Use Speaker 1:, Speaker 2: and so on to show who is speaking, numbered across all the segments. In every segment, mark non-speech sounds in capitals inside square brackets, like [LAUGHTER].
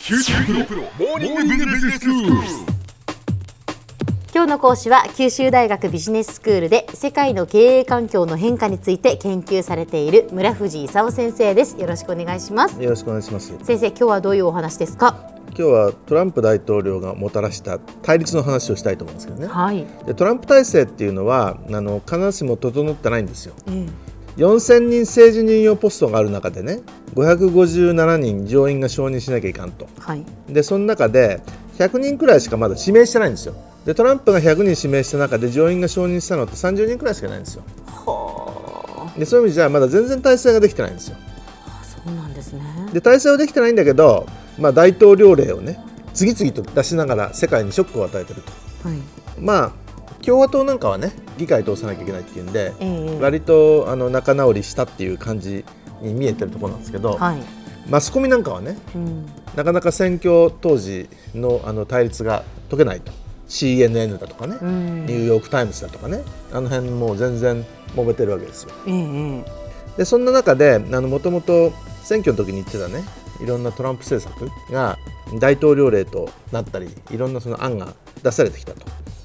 Speaker 1: 九州大学ビジネススクール。
Speaker 2: 今日の講師は九州大学ビジネススクールで世界の経営環境の変化について研究されている村藤勲先生ですよろしくお願いします
Speaker 3: よろしくお願いします。
Speaker 2: 先生今日はどういうお話ですか
Speaker 3: 今日はトランプ大統領がもたらした対立の話をしたいと思うんですけどね。
Speaker 2: はい、
Speaker 3: でトランプ体制っていうのはあの必ずしも整ってないんですよ。
Speaker 2: ええ
Speaker 3: 4000人政治任用ポストがある中でね557人上院が承認しなきゃいかんと。
Speaker 2: はい
Speaker 3: でその中で100人くらいしかまだ指名してないんですよ。でトランプが100人指名した中で上院が承認したのって30人くらいしかないんですよ。でそういう意味じゃまだ全然体制ができてないんですよ。
Speaker 2: あそうなんですね
Speaker 3: で体制はできてないんだけど、まあ、大統領令をね次々と出しながら世界にショックを与えてると
Speaker 2: はい
Speaker 3: まあ共和党なんかはね議会通さなきゃいけないっていうんで、
Speaker 2: ええ
Speaker 3: 割とあの仲直りしたっていう感じに見えてるところなんですけど、
Speaker 2: はい、
Speaker 3: マスコミなんかはね
Speaker 2: うん、
Speaker 3: なかなか選挙当時のあの対立が解けないと CNN だとかね、
Speaker 2: ん
Speaker 3: ニューヨーク・タイムズだとかねあの辺もう全然揉めてるわけですよ。
Speaker 2: ええ
Speaker 3: でそんな中でもともと選挙の時に言ってたねいろんなトランプ政策が大統領令となったりいろんなその案が出されてきたと。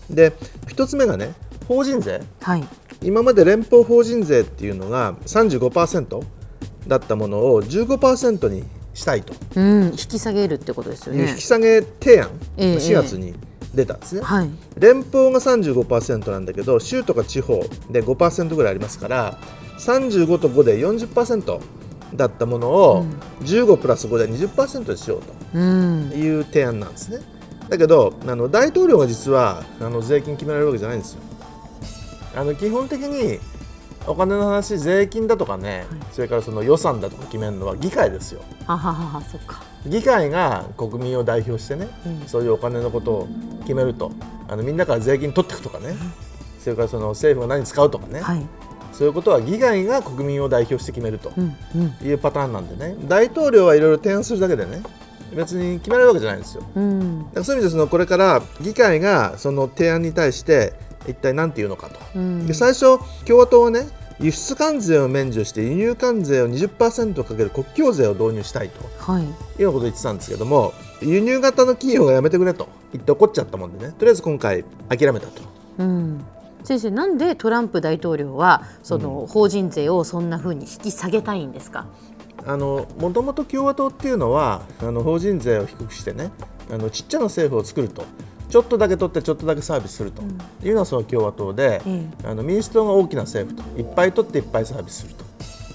Speaker 3: で一つ目がね法人税
Speaker 2: はい
Speaker 3: 今まで連邦法人税っていうのが35%だったものを15%にしたいと
Speaker 2: うん、引き下げるってことですよ
Speaker 3: いう
Speaker 2: ね
Speaker 3: 引き下げ提案、
Speaker 2: ええ
Speaker 3: 4月に出たんですね。
Speaker 2: はい
Speaker 3: 連邦が35%なんだけど州とか地方で5%ぐらいありますから35と5で40%だったものを15プラス5で20%にしよう
Speaker 2: うん
Speaker 3: という提案なんですね。だけどあの大統領が実はあの税金決められるわけじゃないんですよ。あの基本的にお金の話税金だとかね、それからその予算だとか決めるのは議会ですよ。
Speaker 2: あはははそっか
Speaker 3: 議会が国民を代表してね、
Speaker 2: うん
Speaker 3: そういうお金のことを決めるとあのみんなから税金取っていくとかね、それからその政府が何使うとかね、
Speaker 2: はい
Speaker 3: そういうことは議会が国民を代表して決めると
Speaker 2: うんうん
Speaker 3: いうパターンなんでね大統領はいろいろ提案するだけでね別に決められるわけじゃないんですよだ
Speaker 2: うん
Speaker 3: からそういう意味でそのこれから議会がその提案に対して一体何て言うのかと、
Speaker 2: うん
Speaker 3: で最初共和党はね輸出関税を免除して輸入関税を20%かける国境税を導入したいと
Speaker 2: はい
Speaker 3: 今のこと言ってたんですけども輸入型の企業がやめてくれと言って怒っちゃったもんでねとりあえず今回諦めたと
Speaker 2: うん、先生なんでトランプ大統領はその、法人税をそんな風に引き下げたいんですか。
Speaker 3: あのもともと共和党っていうのはあの法人税を低くしてねあのちっちゃな政府を作るとちょっとだけ取ってちょっとだけサービスするというのがその共和党で、
Speaker 2: え
Speaker 3: あの民主党が大きな政府といっぱい取っていっぱいサービスする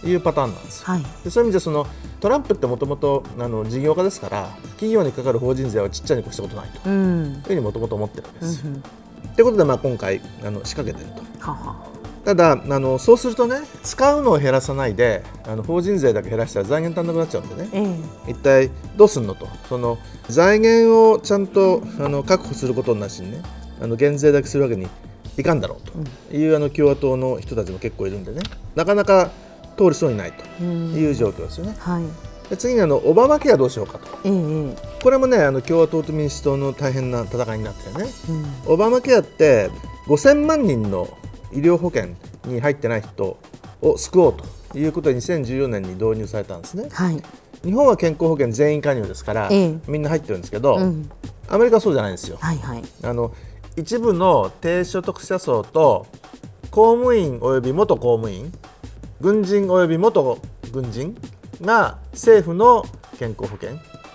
Speaker 3: というパターンなんですよ
Speaker 2: はい。
Speaker 3: でそういう意味でそのトランプってもともとあの事業家ですから企業にかかる法人税はちっちゃに越したことないという
Speaker 2: うん。
Speaker 3: ふうにもともと思ってるわけですよ。
Speaker 2: うん
Speaker 3: ということで、まあ、今回あの仕掛けてると。
Speaker 2: はは。
Speaker 3: ただあのそうするとね使うのを減らさないであの法人税だけ減らしたら財源足んなくなっちゃうんでね
Speaker 2: ええ。
Speaker 3: 一体どうすんのとその財源をちゃんとあの確保することなしにねあの減税だけするわけにいかんだろうという、あの共和党の人たちも結構いるんでねなかなか通りそうにないという状況ですよね。
Speaker 2: はい。
Speaker 3: で次にあのオバマケアどうしようかと
Speaker 2: ええ。
Speaker 3: これもねあの共和党と民主党の大変な戦いになってね、
Speaker 2: ん
Speaker 3: オバマケアって5000万人の医療保険に入ってない人を救おうということで2014年に導入されたんですね
Speaker 2: はい。
Speaker 3: 日本は健康保険全員加入ですから、
Speaker 2: ええ
Speaker 3: みんな入ってるんですけど、
Speaker 2: うん。
Speaker 3: アメリカはそうじゃないんですよ
Speaker 2: はいはい。
Speaker 3: あの一部の低所得者層と公務員および元公務員軍人および元軍人が政府の健康保険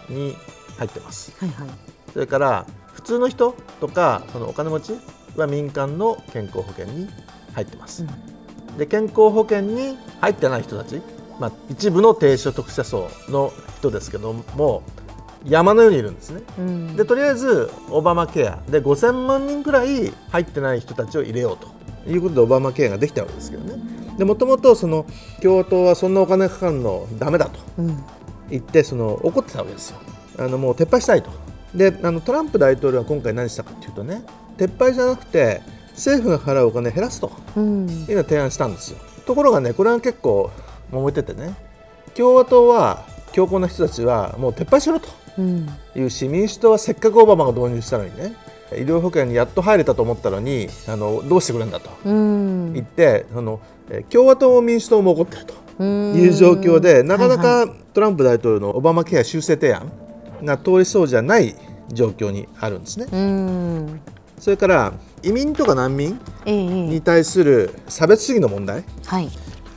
Speaker 3: に入ってます
Speaker 2: はいはい。
Speaker 3: それから普通の人とかそのお金持ちは民間の健康保険に入ってます、で健康保険に入ってない人たち、まあ、一部の低所得者層の人ですけども山のようにいるんですね
Speaker 2: うん。
Speaker 3: でとりあえずオバマケアで5000万人くらい入ってない人たちを入れようということでオバマケアができたわけですけどねでもともとその共和党はそんなお金かかるのダメだと
Speaker 2: うん。
Speaker 3: 言ってその怒ってたわけですよあのもう撤廃したいとであのトランプ大統領は今回何したかっていうとね撤廃じゃなくて政府が払うお金減らすと
Speaker 2: うん。
Speaker 3: いうのを提案したんですよところがねこれは結構揉めててね共和党は強硬な人たちはもう撤廃しろと
Speaker 2: うん。
Speaker 3: いうし民主党はせっかくオバマが導入したのにね医療保険にやっと入れたと思ったのにあのどうしてくれんだと
Speaker 2: うん。
Speaker 3: 言って、あのえー共和党も民主党も怒ってると
Speaker 2: うん
Speaker 3: いう状況でなかな
Speaker 2: は
Speaker 3: かトランプ大統領のオバマケア修正提案が通りそうじゃない状況にあるんですね。
Speaker 2: うん
Speaker 3: それから移民とか難民
Speaker 2: ええええ
Speaker 3: に対する差別主義の問題
Speaker 2: はい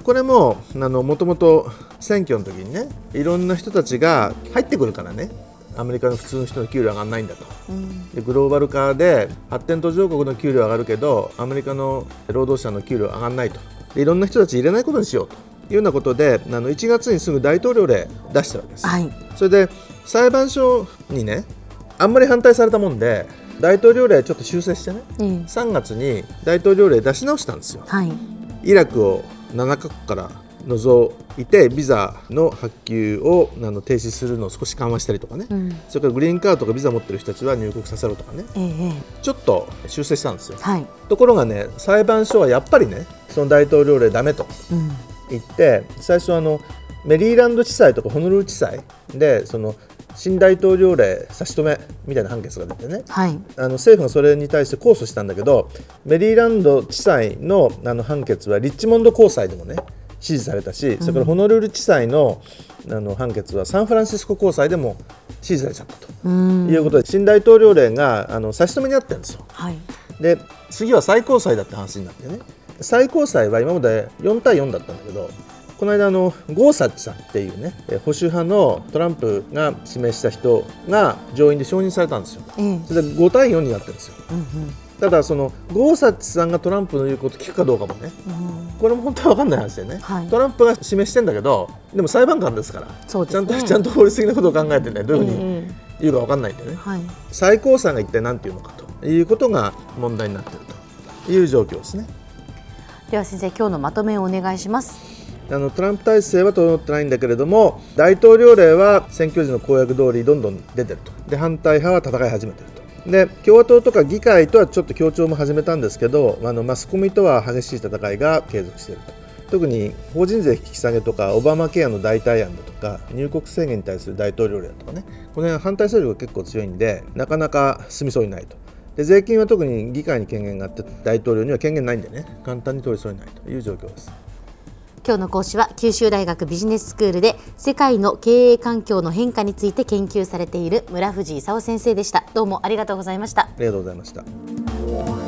Speaker 3: これももともと選挙の時にねいろんな人たちが入ってくるからねアメリカの普通の人の給料上がらないんだと
Speaker 2: うん
Speaker 3: でグローバル化で発展途上国の給料上がるけどアメリカの労働者の給料上がらないとでいろんな人たち入れないことにしようというようなことであの1月にすぐ大統領令出してるわけです。
Speaker 2: はい
Speaker 3: それで裁判所にねあんまり反対されたもんで大統領令ちょっと修正してね
Speaker 2: ええ
Speaker 3: 3月に大統領令出し直したんですよ
Speaker 2: はい
Speaker 3: イラクを7カ国から除いてビザの発給をあの停止するのを少し緩和したりとかね、
Speaker 2: うん
Speaker 3: それからグリーンカードとかビザ持ってる人たちは入国させろとかね
Speaker 2: えええ
Speaker 3: ちょっと修正したんですよ
Speaker 2: えはい
Speaker 3: ところがね裁判所はやっぱりねその大統領令ダメと
Speaker 2: うん
Speaker 3: 行って最初あのメリーランド地裁とかホノルル地裁でその新大統領令差し止めみたいな判決が出てね
Speaker 2: はい
Speaker 3: あの政府がそれに対して控訴したんだけどメリーランド地裁のあの判決はリッチモンド高裁でもね支持されたしそれからホノルル地裁のあの判決はサンフランシスコ高裁でも支持されちゃったと
Speaker 2: うん
Speaker 3: いうことで新大統領令があの差し止めにあってるんですよ。
Speaker 2: はい
Speaker 3: で次は最高裁だって話になってね最高裁は今まで4対4だったんだけどこの間あのゴーサッチさんっていうねえー保守派のトランプが指名した人が上院で承認されたんですよ
Speaker 2: ええうん
Speaker 3: それで5対4になってるんですよ
Speaker 2: うん
Speaker 3: ただそのゴーサッチさんがトランプの言うこと聞くかどうかもね
Speaker 2: うん
Speaker 3: これも本当は分かんない話でね、
Speaker 2: はい
Speaker 3: トランプが指名してんだけどでも裁判官ですから
Speaker 2: そうで
Speaker 3: ちゃ
Speaker 2: す
Speaker 3: ん
Speaker 2: ね
Speaker 3: と [LAUGHS] ちゃんと法律的なことを考えてねどういうふうに
Speaker 2: ええ
Speaker 3: 言うか分かんないんでね、
Speaker 2: はい
Speaker 3: 最高裁が一体何ていうのかということが問題になっているという状況ですね。
Speaker 2: では先生今日のまとめをお願いします
Speaker 3: あのトランプ体制は整ってないんだけれども大統領令は選挙時の公約通りどんどん出てるとで反対派は戦い始めてるとで共和党とか議会とはちょっと協調も始めたんですけどあのマスコミとは激しい戦いが継続していると特に法人税引き下げとかオバマケアの代替案だとか入国制限に対する大統領令だとかねこの辺は反対勢力が結構強いんでなかなか進みそうにないと。で税金は特に議会に権限があって大統領には権限ないんでね簡単に取りそうにないという状況です。
Speaker 2: 今日の講師は九州大学ビジネススクールで世界の経営環境の変化について研究されている村藤勲先生でしたどうもありがとうございました
Speaker 3: ありがとうございました。